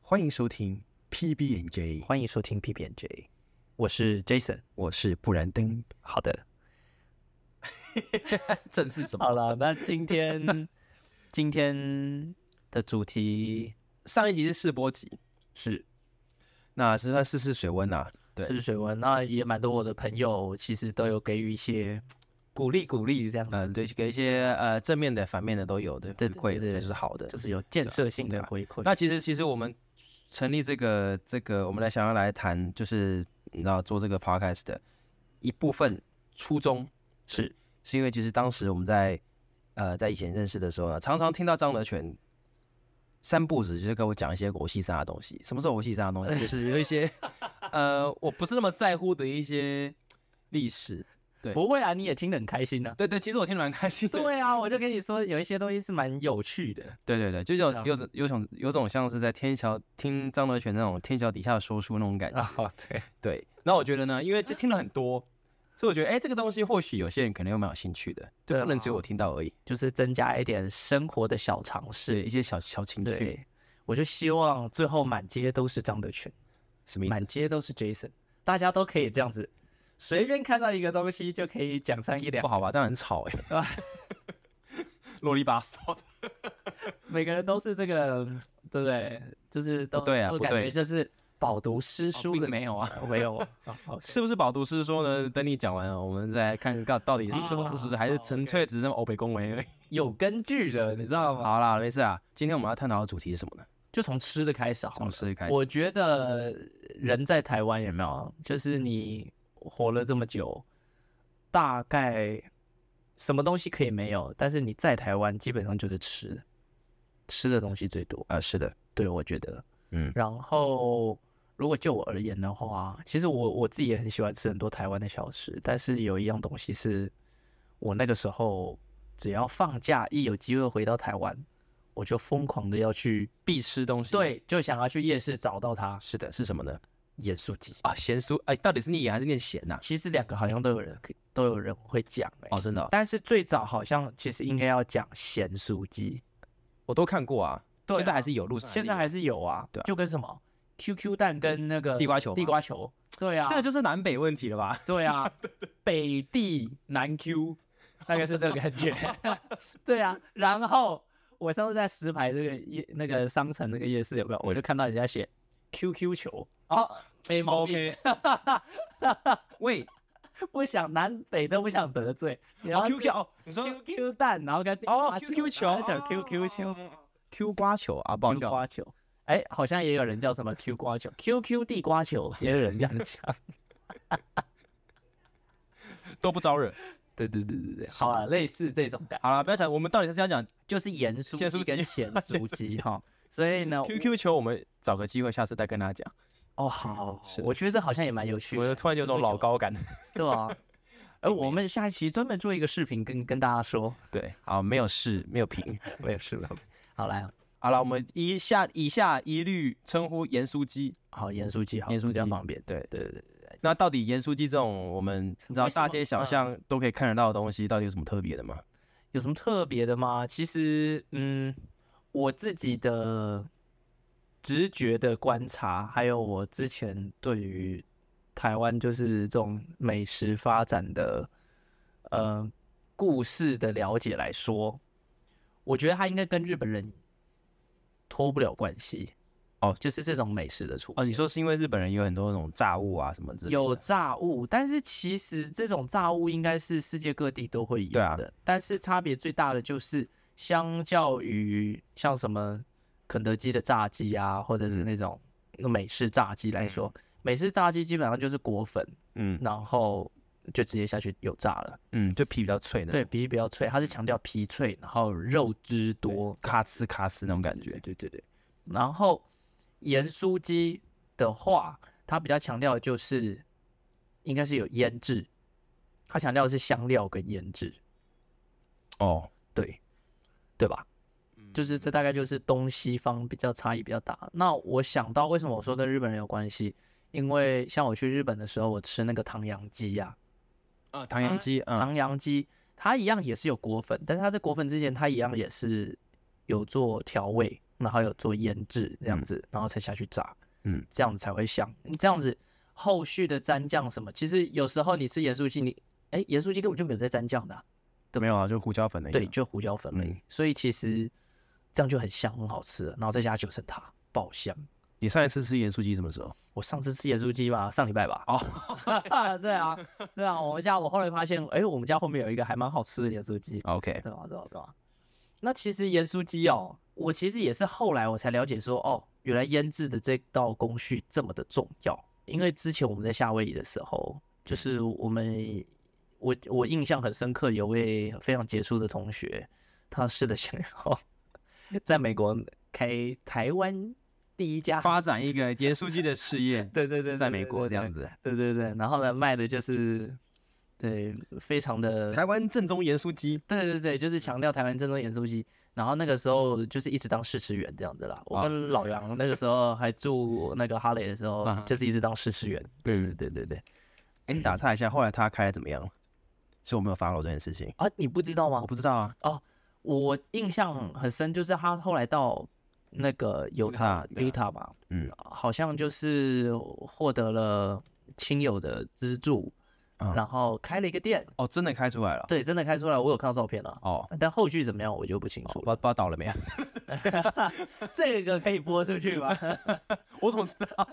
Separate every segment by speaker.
Speaker 1: 欢迎收听
Speaker 2: 嗯
Speaker 1: PB&J，
Speaker 2: 欢迎收听 P P N J，我是 Jason。
Speaker 1: 我是布兰登。
Speaker 2: 好的，
Speaker 1: 这是什
Speaker 2: 好？了，那今天今天的主题
Speaker 1: 上一集是试播集，
Speaker 2: 是
Speaker 1: 那是算试试水温啊。对
Speaker 2: 是水温，那也蛮多我的朋友其实都有给予一些鼓励鼓励这样子，
Speaker 1: 嗯、对，给一些呃正面的、反面的都有的
Speaker 2: 对对
Speaker 1: 回馈，
Speaker 2: 对对
Speaker 1: 那就是好的。
Speaker 2: 就是有建设性
Speaker 1: 对
Speaker 2: 的
Speaker 1: 啊
Speaker 2: 回馈。
Speaker 1: 那其实其实我们成立这个这个，我们来想要来谈，就是你知道做这个 podcast 的一部分初衷
Speaker 2: 是
Speaker 1: 是因为其实当时我们在呃在以前认识的时候呢，常常听到张德全三步子就是跟我讲一些我戏杀的东西。什么是我戏杀的东西？就是有一 些呃我不是那么在乎的一些历史。对
Speaker 2: 不会啊，你也听得很开心呢、啊。
Speaker 1: 对对，其实我听得蛮开心的。
Speaker 2: 对啊，我就跟你说，有一些东西是蛮有趣 的。
Speaker 1: 对对对，就有
Speaker 2: 这样
Speaker 1: 有种有种有种像是在天桥听张德全那种天桥底下说书那种感觉。
Speaker 2: 啊、对，
Speaker 1: 对，那我觉得呢，因为这听了很多，所以我觉得哎、这个东西或许有些人可能又蛮有兴趣的，就
Speaker 2: 对
Speaker 1: 不能只有
Speaker 2: 啊
Speaker 1: 我听到而已。
Speaker 2: 就是增加一点生活的小常
Speaker 1: 对，
Speaker 2: 识。
Speaker 1: 一些小小情趣，
Speaker 2: 对，我就希望最后满街都是张德全。
Speaker 1: 什么意思？
Speaker 2: 满街都是 Jason，大家都可以这样子，随便看到一个东西就可以讲上一两
Speaker 1: 不，好吧？但很吵哎、
Speaker 2: 啊
Speaker 1: 啰里吧 嗦的。
Speaker 2: 每个人都是这个，对不对？就是都
Speaker 1: 不对啊
Speaker 2: 都
Speaker 1: 不
Speaker 2: 感
Speaker 1: 对
Speaker 2: 觉就是饱读诗书的，
Speaker 1: 没有啊，
Speaker 2: 没 有啊，哦好
Speaker 1: 是不是饱读诗说呢？等你讲完了，啊我们再看到到底是
Speaker 2: 嗯啊
Speaker 1: 饱读诗说还是
Speaker 2: 好
Speaker 1: 纯粹只是欧北恭维而已。
Speaker 2: 有根据的，你知道吗？
Speaker 1: 好啦，没事啊。今天我们要探讨的主题是什么呢？
Speaker 2: 就从吃的开始好
Speaker 1: 从
Speaker 2: 了，
Speaker 1: 吃开始。
Speaker 2: 我觉得人在台湾有没有，就是你活了这么久，大概什么东西可以没有，但是你在台湾基本上就是吃，吃的东西最多。
Speaker 1: 呃，是的，
Speaker 2: 对，我觉得，
Speaker 1: 嗯
Speaker 2: 然后如果就我而言的话，其实我我自己也很喜欢吃很多台湾的小吃，但是有一样东西是我那个时候只要放假一有机会回到台湾，我就疯狂的要去，
Speaker 1: 必吃东西。，啊
Speaker 2: 对，就想要去夜市找到它
Speaker 1: 是的，是什么呢？
Speaker 2: 盐酥鸡。
Speaker 1: 啊，咸酥，哎，到底是念盐还是念咸呐、
Speaker 2: 其实两个好像都有人可以都有人会讲哎、
Speaker 1: 哦，真的哦、
Speaker 2: 但是最早好像其实应该要讲咸酥鸡，
Speaker 1: 我都看过啊。
Speaker 2: 对啊
Speaker 1: 现在还是有路上，
Speaker 2: 现在还是有啊，
Speaker 1: 对啊
Speaker 2: 就跟什么 QQ 蛋跟那个
Speaker 1: 地瓜球吗
Speaker 2: 地瓜球，对啊，
Speaker 1: 这个就是南北问题了吧？
Speaker 2: 对啊，北地南 Q，大概是这个感觉。 对啊，然后我上次在石牌这个夜那个商城那个夜市有
Speaker 1: 嗯
Speaker 2: 没有，我就看到人家写 QQ 球，哦，没 毛病
Speaker 1: OK 喂
Speaker 2: 不想南北都不想得罪。然
Speaker 1: 哦
Speaker 2: 后
Speaker 1: ，QQ 哦，你说
Speaker 2: QQ 蛋，然后跟地
Speaker 1: 哦
Speaker 2: 瓜
Speaker 1: ，QQ 球，
Speaker 2: 然后讲
Speaker 1: 哦
Speaker 2: QQ 啊球
Speaker 1: ，Q 瓜球啊，不好
Speaker 2: ，Q
Speaker 1: 笑，
Speaker 2: 瓜球。哎，好像也有人叫什么 Q 瓜球，QQ 地瓜球，也有人这样 讲。
Speaker 1: 都不招惹。
Speaker 2: 对对对对对，好了，类似这种感觉。
Speaker 1: 好了，不要讲，我们到底是要讲
Speaker 2: 就是盐酥
Speaker 1: 咸酥
Speaker 2: 鸡 跟咸酥鸡哈。所以呢
Speaker 1: QQ 球，我们找个机会下次再跟大家讲。
Speaker 2: 哦，好好，好
Speaker 1: 是
Speaker 2: 我觉得这好像也蛮有趣
Speaker 1: 我
Speaker 2: 的，
Speaker 1: 突然有种老高 感。
Speaker 2: 对吧？而
Speaker 1: 并没有
Speaker 2: 我们下一期专门做一个视频跟跟大家说，
Speaker 1: 对，好，没有事，没有评。
Speaker 2: 我也是了。好来，
Speaker 1: 好了，我们以下以下一律称呼盐酥鸡。
Speaker 2: 好盐酥鸡，好
Speaker 1: 盐酥鸡
Speaker 2: 比较方便。
Speaker 1: 对对
Speaker 2: 对对对，
Speaker 1: 那到底盐酥鸡这种我们你知道
Speaker 2: 为什么嗯
Speaker 1: 大街小巷都可以看得到的东西，到底有什么特别的吗？
Speaker 2: 有什么特别的吗？其实，嗯，我自己的直觉的观察，还有我之前对于台湾就是这种美食发展的呃故事的了解来说，我觉得它应该跟日本人脱不了关系。
Speaker 1: 哦
Speaker 2: 就是这种美食的出
Speaker 1: 哦，你
Speaker 2: 现
Speaker 1: 说是因为日本人有很多那种炸物啊什么之类的。
Speaker 2: 有炸物，但是其实这种炸物应该是世界各地都会有
Speaker 1: 对啊
Speaker 2: 的，但是差别最大的就是，相较于像什么肯德基的炸鸡啊，或者
Speaker 1: 嗯
Speaker 2: 是那种美式炸鸡来说，美式炸鸡基本上就是裹粉，
Speaker 1: 嗯
Speaker 2: 然后就直接下去油炸了，
Speaker 1: 嗯，就皮比较脆的，
Speaker 2: 对，皮比较脆，它是强调皮脆，然后肉汁
Speaker 1: 对，
Speaker 2: 多，
Speaker 1: 咔哧咔哧那种感觉。
Speaker 2: 对对对。然后盐酥鸡的话，它比较强调的就是应该是有腌制，它强调的是香料跟腌制，
Speaker 1: 哦，
Speaker 2: 对对吧？
Speaker 1: 嗯
Speaker 2: 就是这大概就是东西方比较差异比较大。那我想到为什么我说跟日本人有关系，因为像我去日本的时候，我吃那个唐扬鸡呀、
Speaker 1: 啊，唐扬鸡，嗯，
Speaker 2: 唐扬鸡它一样也是有裹粉，但是它在裹粉之前，它一样也是有做调味，然后有做腌制这样子，然后才下去炸，
Speaker 1: 嗯，
Speaker 2: 这样子才会香。你这样子后续的蘸酱什么，其实有时候你吃盐酥鸡，你哎盐酥鸡根本就没有在蘸酱的啊、
Speaker 1: 没有啊，就胡椒粉的。
Speaker 2: 对，，就胡椒粉而已。
Speaker 1: 嗯
Speaker 2: 所以其实这样就很香，很好吃了，然后再加九层塔，爆香。
Speaker 1: 你上一次吃盐酥鸡什么时候？
Speaker 2: 我上次吃盐酥鸡嘛，上礼拜吧。
Speaker 1: 哦，
Speaker 2: 对啊，对啊，我们家我后来发现，哎、我们家后面有一个还蛮好吃的盐酥鸡，
Speaker 1: 哦 OK，
Speaker 2: 对吧？对吧？对吧？那其实盐酥鸡哦，我其实也是后来我才了解说，哦，原来腌制的这道工序这么的重要。因为之前我们在夏威夷的时候，就是我们我我印象很深刻，有位非常杰出的同学，他试着想要 在美国开台湾第一家
Speaker 1: 发展一个盐酥鸡的事业
Speaker 2: ，对对对，
Speaker 1: 在美国这样
Speaker 2: 子，
Speaker 1: 子。
Speaker 2: 对对对，然后呢，卖的就是对非常的
Speaker 1: 台湾正宗盐酥鸡，
Speaker 2: 对对对，就是强调台湾正宗盐酥鸡。然后那个时
Speaker 1: 嗯
Speaker 2: 候就是一直当试吃员这样子啦。我
Speaker 1: 啊
Speaker 2: 跟老杨那个时候还住那个哈雷的时候
Speaker 1: 啊哈，
Speaker 2: 就是一直当试吃员。
Speaker 1: 嗯
Speaker 2: 对对对对对。
Speaker 1: 哎、你打岔一下，后来他开的怎么样？其实我没有 follow 这件事情，
Speaker 2: 啊，你不知道吗
Speaker 1: 我？不知道啊。
Speaker 2: 我印象很深，就是他后来到那个犹他
Speaker 1: 犹他对啊
Speaker 2: 犹他吧，
Speaker 1: 嗯，
Speaker 2: 好像就是获得了亲友的资助，
Speaker 1: 啊
Speaker 2: 然后开了一个店。
Speaker 1: 哦，真的开出来了。
Speaker 2: 对，真的开出来，我有看到照片了。
Speaker 1: 哦，
Speaker 2: 但后续怎么样我就不清
Speaker 1: 哦不
Speaker 2: 楚
Speaker 1: 知道
Speaker 2: 了。
Speaker 1: 不知道倒了没有？哦
Speaker 2: 这个可以播出去吗
Speaker 1: 我怎么知道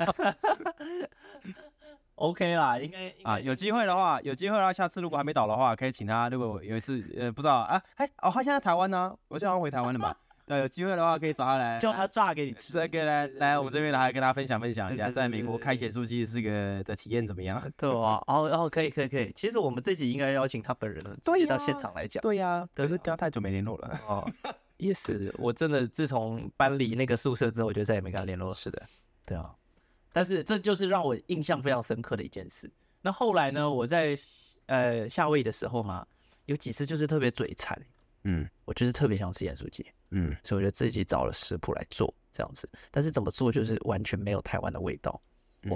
Speaker 2: ？OK 啦，应该应该
Speaker 1: 啊？有机会的话，有机会的话，下次如果还没倒的话，可以请他。如果我有一次呃不知道啊，哎哦，他现在在台湾呢、我想要回台湾了嘛。对，有机会的话可以找他来，
Speaker 2: 叫他炸给你吃。
Speaker 1: 这个来来我们这边来跟大家分享分享一下，
Speaker 2: 对对对
Speaker 1: 在美国开写书机是个的体验怎么样？
Speaker 2: 对啊，哦哦，可以可以可以。其实我们这集应该邀请他本人了，直
Speaker 1: 对
Speaker 2: 接
Speaker 1: 呀
Speaker 2: 到现场来讲。
Speaker 1: 对呀、可
Speaker 2: 对啊
Speaker 1: 是跟他太久没联络了。
Speaker 2: 哦，也是，我真的自从搬离那个宿舍之后，我就再也没跟他联络。是的，对啊。但是这就是让我印象非常深刻的一件事。那后来呢，我在呃夏威夷的时候嘛，有几次就是特别嘴馋，
Speaker 1: 嗯
Speaker 2: 我就是特别想吃盐酥鸡，
Speaker 1: 嗯，
Speaker 2: 所以我就自己找了食谱来做这样子。但是怎么做就是完全没有台湾的味道。我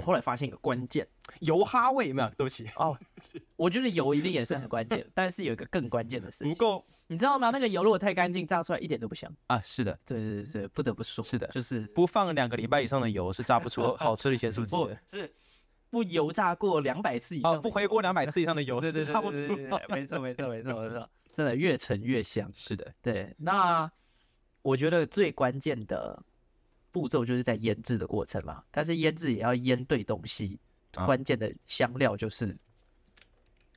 Speaker 1: 嗯
Speaker 2: 后来发现一个关键，
Speaker 1: 油哈味有没有？对不起，
Speaker 2: 哦，我觉得油一定也是很关 键，但是有一个更关键的事
Speaker 1: 不
Speaker 2: 情，
Speaker 1: 够
Speaker 2: 你知道吗？那个油如果太干净，炸出来一点都不香。
Speaker 1: 啊。是的，
Speaker 2: 对对对对，不得不说，
Speaker 1: 是的
Speaker 2: 就是
Speaker 1: 不放两个礼拜以上的油是炸不出好吃的咸酥鸡
Speaker 2: 不
Speaker 1: 的。
Speaker 2: 是不油炸过两百次以上
Speaker 1: 哦，
Speaker 2: 的
Speaker 1: 不回锅两百次以上的油
Speaker 2: 对
Speaker 1: 是
Speaker 2: 对对
Speaker 1: 炸不
Speaker 2: 对
Speaker 1: 出
Speaker 2: 对对，对没错没错没错没错，真的越沉越香。
Speaker 1: 是的，
Speaker 2: 对，那我觉得最关键的步骤就是在腌制的过程嘛，但是腌制也要腌对东西，
Speaker 1: 啊
Speaker 2: 关键的香料就是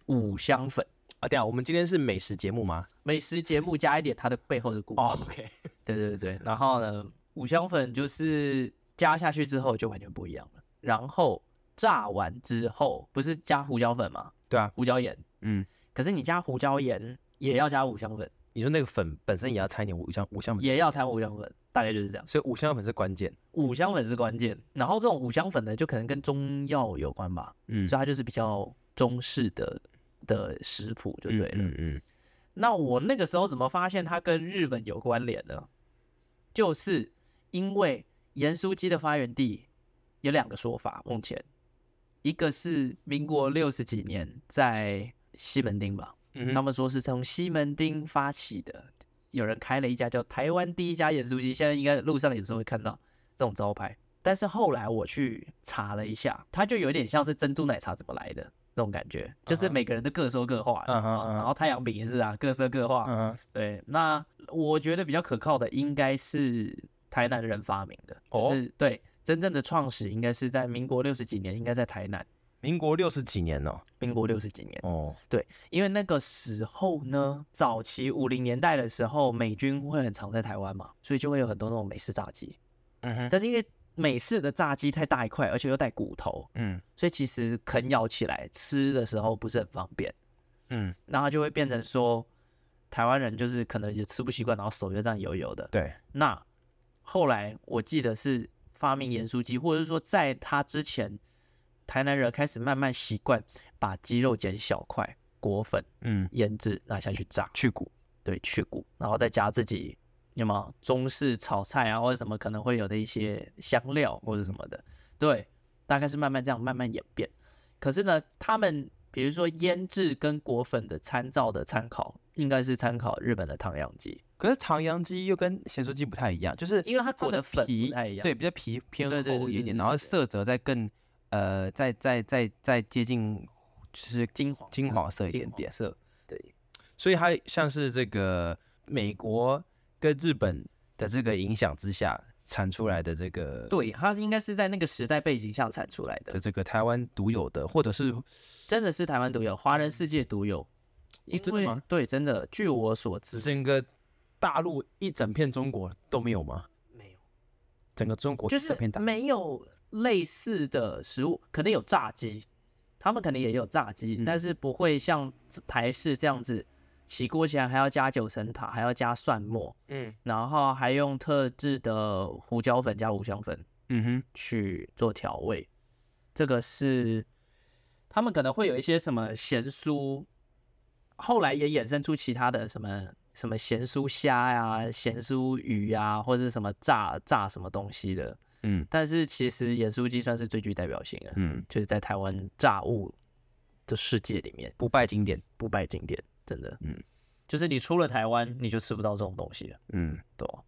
Speaker 2: 五香粉。
Speaker 1: 啊，对啊，我们今天是美食节目吗？
Speaker 2: 美食节目加一点它的背后的故事。
Speaker 1: 哦，OK，
Speaker 2: 对对对，然后呢，五香粉就是加下去之后就完全不一样了。然后炸完之后，不是加胡椒粉吗？
Speaker 1: 对啊，
Speaker 2: 胡椒盐。
Speaker 1: 嗯，
Speaker 2: 可是你加胡椒盐也要加五香粉，
Speaker 1: 你说那个粉本身也要掺一点五香五香粉，
Speaker 2: 也要掺五香粉，大概就是这样。
Speaker 1: 所以五香粉是关键。
Speaker 2: 五香粉是关键，然后这种五香粉呢，就可能跟中药有关吧，
Speaker 1: 嗯
Speaker 2: 所以它就是比较中式的的食谱就对了。
Speaker 1: 嗯嗯，
Speaker 2: 那我那个时候怎么发现它跟日本有关联呢？就是因为盐酥鸡的发源地有两个说法，目前一个是民国六十几年在西门町吧，
Speaker 1: 嗯
Speaker 2: 他们说是从西门町发起的，有人开了一家叫台湾第一家盐酥鸡，现在应该路上有时候会看到这种招牌。但是后来我去查了一下，它就有点像是珍珠奶茶怎么来的那种感觉，就是
Speaker 1: 啊哈
Speaker 2: 每个人都各说各话的
Speaker 1: 嗯哼嗯哼
Speaker 2: 然后太阳饼也是啊，各色各话。
Speaker 1: 嗯哼，
Speaker 2: 对，那我觉得比较可靠的应该是台南人发明的，
Speaker 1: 哦
Speaker 2: 就是对真正的创始应该是在民国六十几年，应该在台南。
Speaker 1: 民国六十几年哦，
Speaker 2: 民国六十几年，
Speaker 1: 哦，
Speaker 2: 因为那个时候呢，早期五零年代的时候，美军会很常在台湾嘛，所以就会有很多那种美式炸鸡。
Speaker 1: 嗯哼，
Speaker 2: 但是因为美式的炸鸡太大一块，而且又带骨头，
Speaker 1: 嗯
Speaker 2: 所以其实啃咬起来吃的时候不是很方便，
Speaker 1: 嗯，
Speaker 2: 然后就会变成说，台湾人就是可能也吃不习惯，然后手就这样油油的。
Speaker 1: 对，
Speaker 2: 那后来我记得是发明盐酥鸡，或者是说在它之前，台南人开始慢慢习惯把鸡肉剪小块裹粉。
Speaker 1: 嗯，
Speaker 2: 腌制拿下去炸，
Speaker 1: 去骨，
Speaker 2: 对，去骨，然后再加自己有没有中式炒菜啊，或者什么可能会有的一些香料或者什么的，对，大概是慢慢这样慢慢演变。可是呢，他们比如说腌制跟裹粉的参照的参考应该是参考日本的唐扬鸡，
Speaker 1: 可是唐扬鸡又跟咸酥鸡不太一样，就是
Speaker 2: 因为呃它
Speaker 1: 它
Speaker 2: 裹的粉
Speaker 1: 皮
Speaker 2: 不太一样。
Speaker 1: 对，比较皮偏
Speaker 2: 对对
Speaker 1: 厚
Speaker 2: 对
Speaker 1: 一
Speaker 2: 对
Speaker 1: 点，
Speaker 2: 对
Speaker 1: 然后
Speaker 2: 对
Speaker 1: 色泽再更呃，再再再再接近就是
Speaker 2: 金黄
Speaker 1: 金
Speaker 2: 色
Speaker 1: 黄色一
Speaker 2: 金
Speaker 1: 点
Speaker 2: 黄
Speaker 1: 点，
Speaker 2: 色，
Speaker 1: 所以它像是这个美国跟日本的这个影响之下产出来的这个
Speaker 2: 对，它应该是在那个时代背景下产出来
Speaker 1: 的
Speaker 2: 的，
Speaker 1: 这个台湾独有的，或者是
Speaker 2: 真的是台湾独有，华人世界独有。因
Speaker 1: 真的
Speaker 2: 为
Speaker 1: 吗
Speaker 2: 对，真的，据我所知，
Speaker 1: 整个大陆一整片中国都没有吗？
Speaker 2: 没有，
Speaker 1: 整个中国
Speaker 2: 就
Speaker 1: 一
Speaker 2: 是
Speaker 1: 整片大，
Speaker 2: 没有类似的食物，可能有炸鸡，他们可能也有炸鸡，
Speaker 1: 嗯
Speaker 2: 但是不会像台式这样子，起锅前还要加九层塔，还要加蒜末，
Speaker 1: 嗯
Speaker 2: 然后还用特制的胡椒粉加五香粉
Speaker 1: 嗯哼，
Speaker 2: 去做调味。这个是他们可能会有一些什么咸酥，后来也衍生出其他的什么什么咸酥虾呀、咸酥鱼呀、或者是什么炸炸什么东西的。
Speaker 1: 嗯
Speaker 2: 但是其实盐酥鸡算是最具代表性的，
Speaker 1: 嗯，
Speaker 2: 就是在台湾炸物的世界里面
Speaker 1: 不败经典，
Speaker 2: 不败经典，真的。
Speaker 1: 嗯，
Speaker 2: 就是你出了台湾，你就吃不到这种东西了。
Speaker 1: 嗯。
Speaker 2: 对、啊，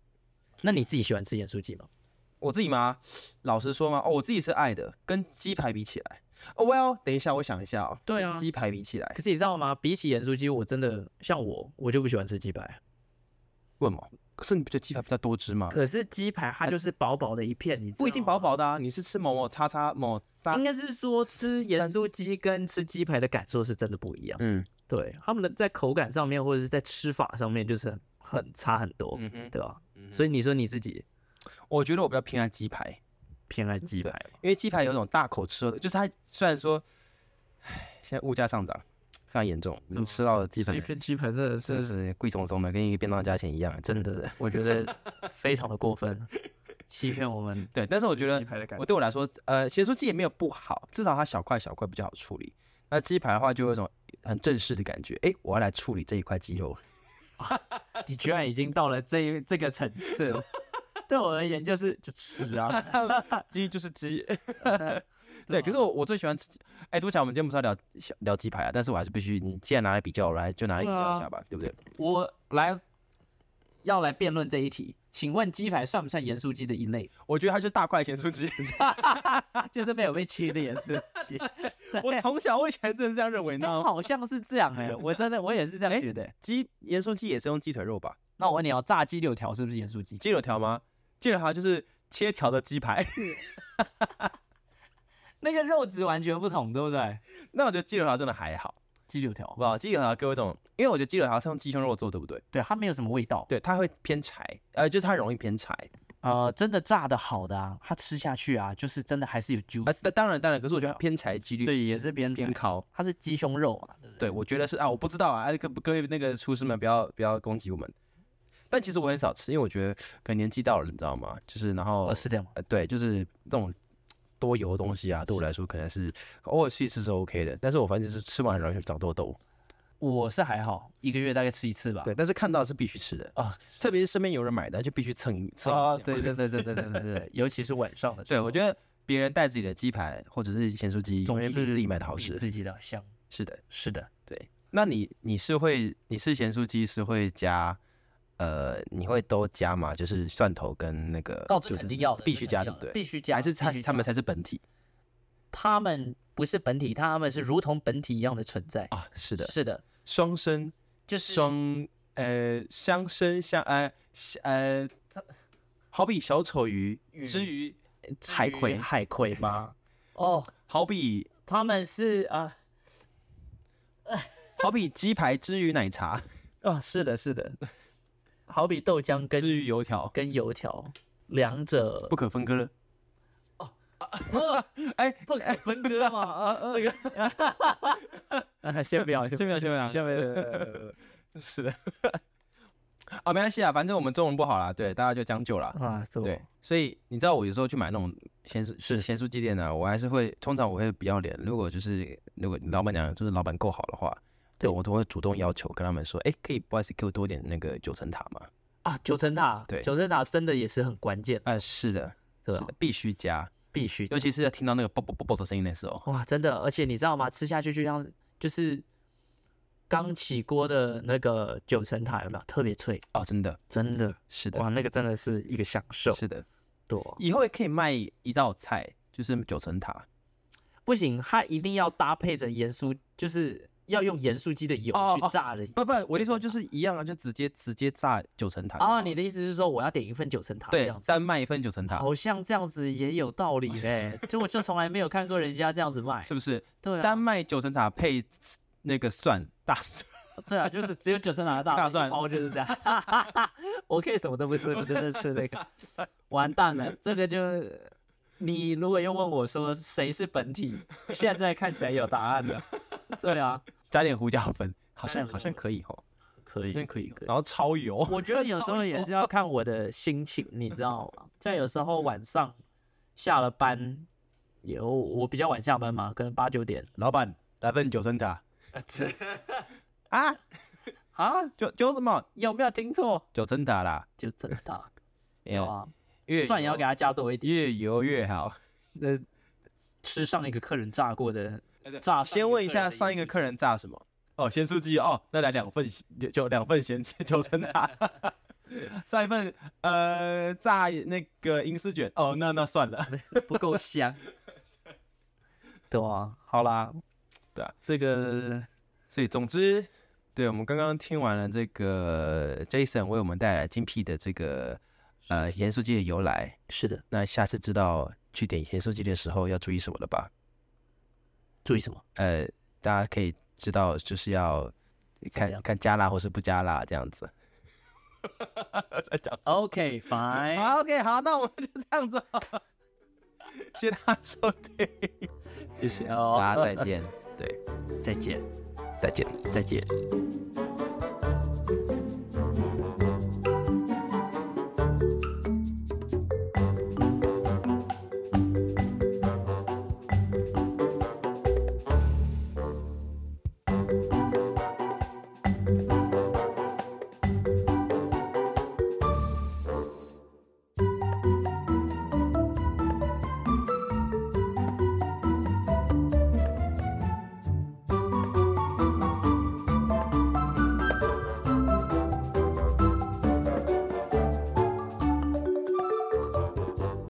Speaker 2: 那你自己喜欢吃盐酥鸡吗？
Speaker 1: 我自己吗？老实说嘛，哦，我自己是爱的，跟鸡排比起来，哦，Well，等一下，我想一下哦，
Speaker 2: 对啊
Speaker 1: 跟鸡排比起来，
Speaker 2: 可是你知道吗？比起盐酥鸡，我真的像我，我就不喜欢吃鸡排。
Speaker 1: 啊问嘛，可是你不觉得鸡排比较多汁吗？
Speaker 2: 可是鸡排它就是薄薄的一片，你知道吗
Speaker 1: 啊不一定薄，啊薄的啊，你是吃某某叉叉某叉
Speaker 2: 应，该是说吃盐酥鸡跟吃鸡排的感受是真的不一样。
Speaker 1: 嗯
Speaker 2: 对，他们的在口感上面或者是在吃法上面就是很很差很多，
Speaker 1: 嗯哼，
Speaker 2: 对吧？
Speaker 1: 嗯哼
Speaker 2: 所以你说你自己
Speaker 1: 我觉得我比较偏爱鸡排，
Speaker 2: 偏爱鸡排吗？
Speaker 1: 因为鸡排有一种大口吃肉的，就是它虽然说，唉，现在物价上涨非常严重，你吃到的鸡
Speaker 2: 所以
Speaker 1: 排
Speaker 2: 片鸡排真的
Speaker 1: 真的
Speaker 2: 是
Speaker 1: 是贵重重的，跟一个便当价钱一样，啊
Speaker 2: 真
Speaker 1: 的是
Speaker 2: 的，我觉得非常的过分，欺骗我们
Speaker 1: 对，但是我觉得
Speaker 2: 鸡排的感
Speaker 1: 我
Speaker 2: 觉。
Speaker 1: 对我来说，呃，咸酥鸡也没有不好，至少它小块小块比较好处理。那鸡排的话，就有一种很正式的感觉，诶，我要来处理这一块鸡肉。
Speaker 2: 你居然已经到了这一这个层次了。 对我而言就是就吃 啊，
Speaker 1: 鸡就是鸡，对。可是我我最喜欢吃鸡，哎、对不起啊，我们今天不是要聊小聊鸡排啊，但是我还是必须，你既然拿来比较，我来就拿来比较一下吧，对不对？
Speaker 2: 我来要来辩论这一题，请问鸡排算不算盐酥鸡的一类？
Speaker 1: 我觉得它就是大块咸酥鸡，
Speaker 2: 就是没有被切的盐酥 鸡，
Speaker 1: 我从小我以前真的是这样认为
Speaker 2: 那
Speaker 1: 呢。
Speaker 2: 好像是这样哎、我真的我也是这
Speaker 1: 哎
Speaker 2: 样觉得欸、
Speaker 1: 鸡盐酥鸡也是用鸡腿肉吧？
Speaker 2: 那我问你哦，炸鸡柳条是不是盐酥鸡？
Speaker 1: 鸡柳条吗？鸡柳条就是切条的鸡排，
Speaker 2: 那个肉质完全不同，对不对？
Speaker 1: 那我觉得鸡柳条真的还好。
Speaker 2: 鸡柳条，
Speaker 1: 哇，鸡柳条给我一种，因为我觉得鸡柳条是用鸡胸肉做，对不对？
Speaker 2: 对它没有什么味道。
Speaker 1: 对，它会偏柴，呃，就是它容易偏柴。啊、
Speaker 2: 呃，真的炸的好的啊，它吃下去啊，就是真的还是有 juice。
Speaker 1: 呃但当然当然，可是我觉得偏柴几率
Speaker 2: 对，也是边
Speaker 1: 偏
Speaker 2: 边
Speaker 1: 高。
Speaker 2: 它是鸡胸肉嘛，对不
Speaker 1: 对，
Speaker 2: 对？
Speaker 1: 我觉得是啊，我不知道啊，啊各各位那个厨师们不要不要攻击我们。但其实我很少吃，因为我觉得可能年纪到了，你知道吗？就是然后
Speaker 2: 哦，是这样吗？
Speaker 1: 呃，对，就是这种多油的东西啊，对我来说可能是偶尔吃一次是 OK 的，但是我反正就是吃完很容易长痘痘。
Speaker 2: 我是还好，一个月大概吃一次吧。
Speaker 1: 对，但是看到是必须吃的，
Speaker 2: 啊，
Speaker 1: 特别是身边有人买单就必须蹭一蹭一
Speaker 2: 啊，
Speaker 1: 两
Speaker 2: 对对对对对对对对，尤其是晚上的时
Speaker 1: 对，
Speaker 2: 候，
Speaker 1: 我觉得别人带自己的鸡排或者是咸酥鸡，
Speaker 2: 总
Speaker 1: 永远比
Speaker 2: 是
Speaker 1: 自己买的好
Speaker 2: 比
Speaker 1: 吃。
Speaker 2: 自己的香。
Speaker 1: 是的，
Speaker 2: 是的，
Speaker 1: 对。那你你是会你是咸酥鸡是会加呃你会都加吗？就是蒜头跟那个
Speaker 2: 哦，
Speaker 1: 就
Speaker 2: 这
Speaker 1: 是
Speaker 2: 肯定要的，
Speaker 1: 必
Speaker 2: 这
Speaker 1: 须
Speaker 2: 肯
Speaker 1: 加，
Speaker 2: 定
Speaker 1: 对
Speaker 2: 要
Speaker 1: 不
Speaker 2: 的
Speaker 1: 对？
Speaker 2: 必须加，
Speaker 1: 还是
Speaker 2: 必
Speaker 1: 他
Speaker 2: 须
Speaker 1: 他们
Speaker 2: 加
Speaker 1: 才是本体
Speaker 2: 他们不是本体，他们是如同本体一样的存在。
Speaker 1: 啊？是的，
Speaker 2: 是的，
Speaker 1: 双生
Speaker 2: 就是
Speaker 1: 双呃相生相呃相呃，好比小丑鱼之于
Speaker 2: 至
Speaker 1: 海
Speaker 2: 于
Speaker 1: 葵
Speaker 2: 海葵 吗？哦，
Speaker 1: 好比
Speaker 2: 他们是啊
Speaker 1: 好比鸡排之于奶茶
Speaker 2: 啊，是的，是的，好比豆浆跟
Speaker 1: 之于油条，
Speaker 2: 跟油条，两者
Speaker 1: 不可分割了。哎，
Speaker 2: 不可分割嘛？啊啊，这 个先不要，先
Speaker 1: 先不要，先不要，
Speaker 2: 先不要。
Speaker 1: 是的，啊，没关系啊，反正我们中文不好啦，对，大家就将就啦。
Speaker 2: 啊，是我
Speaker 1: 对，所以你知道我有时候去买那种鲜蔬是鲜蔬鸡店呢、我还是会通常我会比较脸，如果就是如果老板娘就是老板够好的话，对
Speaker 2: 对
Speaker 1: 我都会主动要求跟他们说，哎、可以不好意思给我多点那个九层塔吗？
Speaker 2: 啊，九层塔，
Speaker 1: 对
Speaker 2: 九层塔真的也是很关键，
Speaker 1: 啊、是的，
Speaker 2: 对
Speaker 1: 是
Speaker 2: 吧
Speaker 1: 的？必须加，
Speaker 2: 必须
Speaker 1: 尤其是要听到那个啵啵啵啵啵的声音的时候，
Speaker 2: 哇，真的，而且你知道吗？吃下去就像就是刚起锅的那个九层塔有没有特别脆？
Speaker 1: 哦，真的
Speaker 2: 真的，
Speaker 1: 是的，
Speaker 2: 哇，那个真的是一个享受。
Speaker 1: 是的，
Speaker 2: 对，
Speaker 1: 以后也可以卖一道菜，就是九层塔
Speaker 2: 不行，它一定要搭配着盐酥，就是要用盐酥鸡的油
Speaker 1: 哦哦
Speaker 2: 去炸的。
Speaker 1: 不不，我的意思说就是一样啊，就直接直接炸九层塔就好
Speaker 2: 啊，
Speaker 1: 了
Speaker 2: 你的意思是说我要点一份九层塔这
Speaker 1: 对
Speaker 2: 样，子？哦
Speaker 1: 单卖一份九层塔，
Speaker 2: 好像这样子也有道理嘞，就我就从来没有看过人家这样子卖
Speaker 1: 是。不是？
Speaker 2: 对啊
Speaker 1: 单，卖九层塔配那个蒜大蒜，
Speaker 2: 对啊，就是只有九层塔的大
Speaker 1: 大蒜
Speaker 2: 蒜包就是这样。 我可以什么都不吃，我真的吃这个，完蛋了，这个就。你如果又问我说谁是本体，现在看起来有答案了。对啊，
Speaker 1: 加点胡椒粉，好
Speaker 2: 加点
Speaker 1: 像
Speaker 2: 胡
Speaker 1: 好
Speaker 2: 椒
Speaker 1: 像可以哦，
Speaker 2: 可
Speaker 1: 好
Speaker 2: 以
Speaker 1: 像可以，然后超油，
Speaker 2: 我觉得有时候也是要看我的心情，你知道吗？像有时候晚上下了班，有我比较晚下班嘛，可能八九点
Speaker 1: 老板来份九层塔啊，
Speaker 2: 啊，
Speaker 1: 九九什么
Speaker 2: 有没有听错？
Speaker 1: 九层塔啦，
Speaker 2: 就真的
Speaker 1: 哎呀
Speaker 2: 有啊，
Speaker 1: 越
Speaker 2: 蒜也要
Speaker 1: 油
Speaker 2: 给他加多一点。
Speaker 1: 越油越好。
Speaker 2: 那吃上一个客人炸过的
Speaker 1: 呃对
Speaker 2: 炸，
Speaker 1: 先问一下上一个客人炸什么？哦，咸酥鸡哦，那来两份就就两份 咸九层塔，上一份呃炸那个银丝卷哦，那那算了，
Speaker 2: 人不够 香，对啊，好啦，
Speaker 1: 对啊，
Speaker 2: 这个
Speaker 1: 所以总之，对我们刚刚听完了这个 Jason 为我们带来精辟的这个呃盐酥鸡的由来，
Speaker 2: 是的，
Speaker 1: 那下次知道去点盐酥鸡的时候要注意什么了吧？
Speaker 2: 注意什么？
Speaker 1: 呃，大家可以知道就是要
Speaker 2: 怎么
Speaker 1: 看
Speaker 2: 样
Speaker 1: 看加辣或是不加辣这样子。在讲
Speaker 2: OK，fine，、
Speaker 1: 好，OK，好，啊那我们就这样子、哦，谢谢大家收听，
Speaker 2: 谢谢哦，
Speaker 1: 大家再见，对，
Speaker 2: 再见，
Speaker 1: 再见。
Speaker 2: 再见。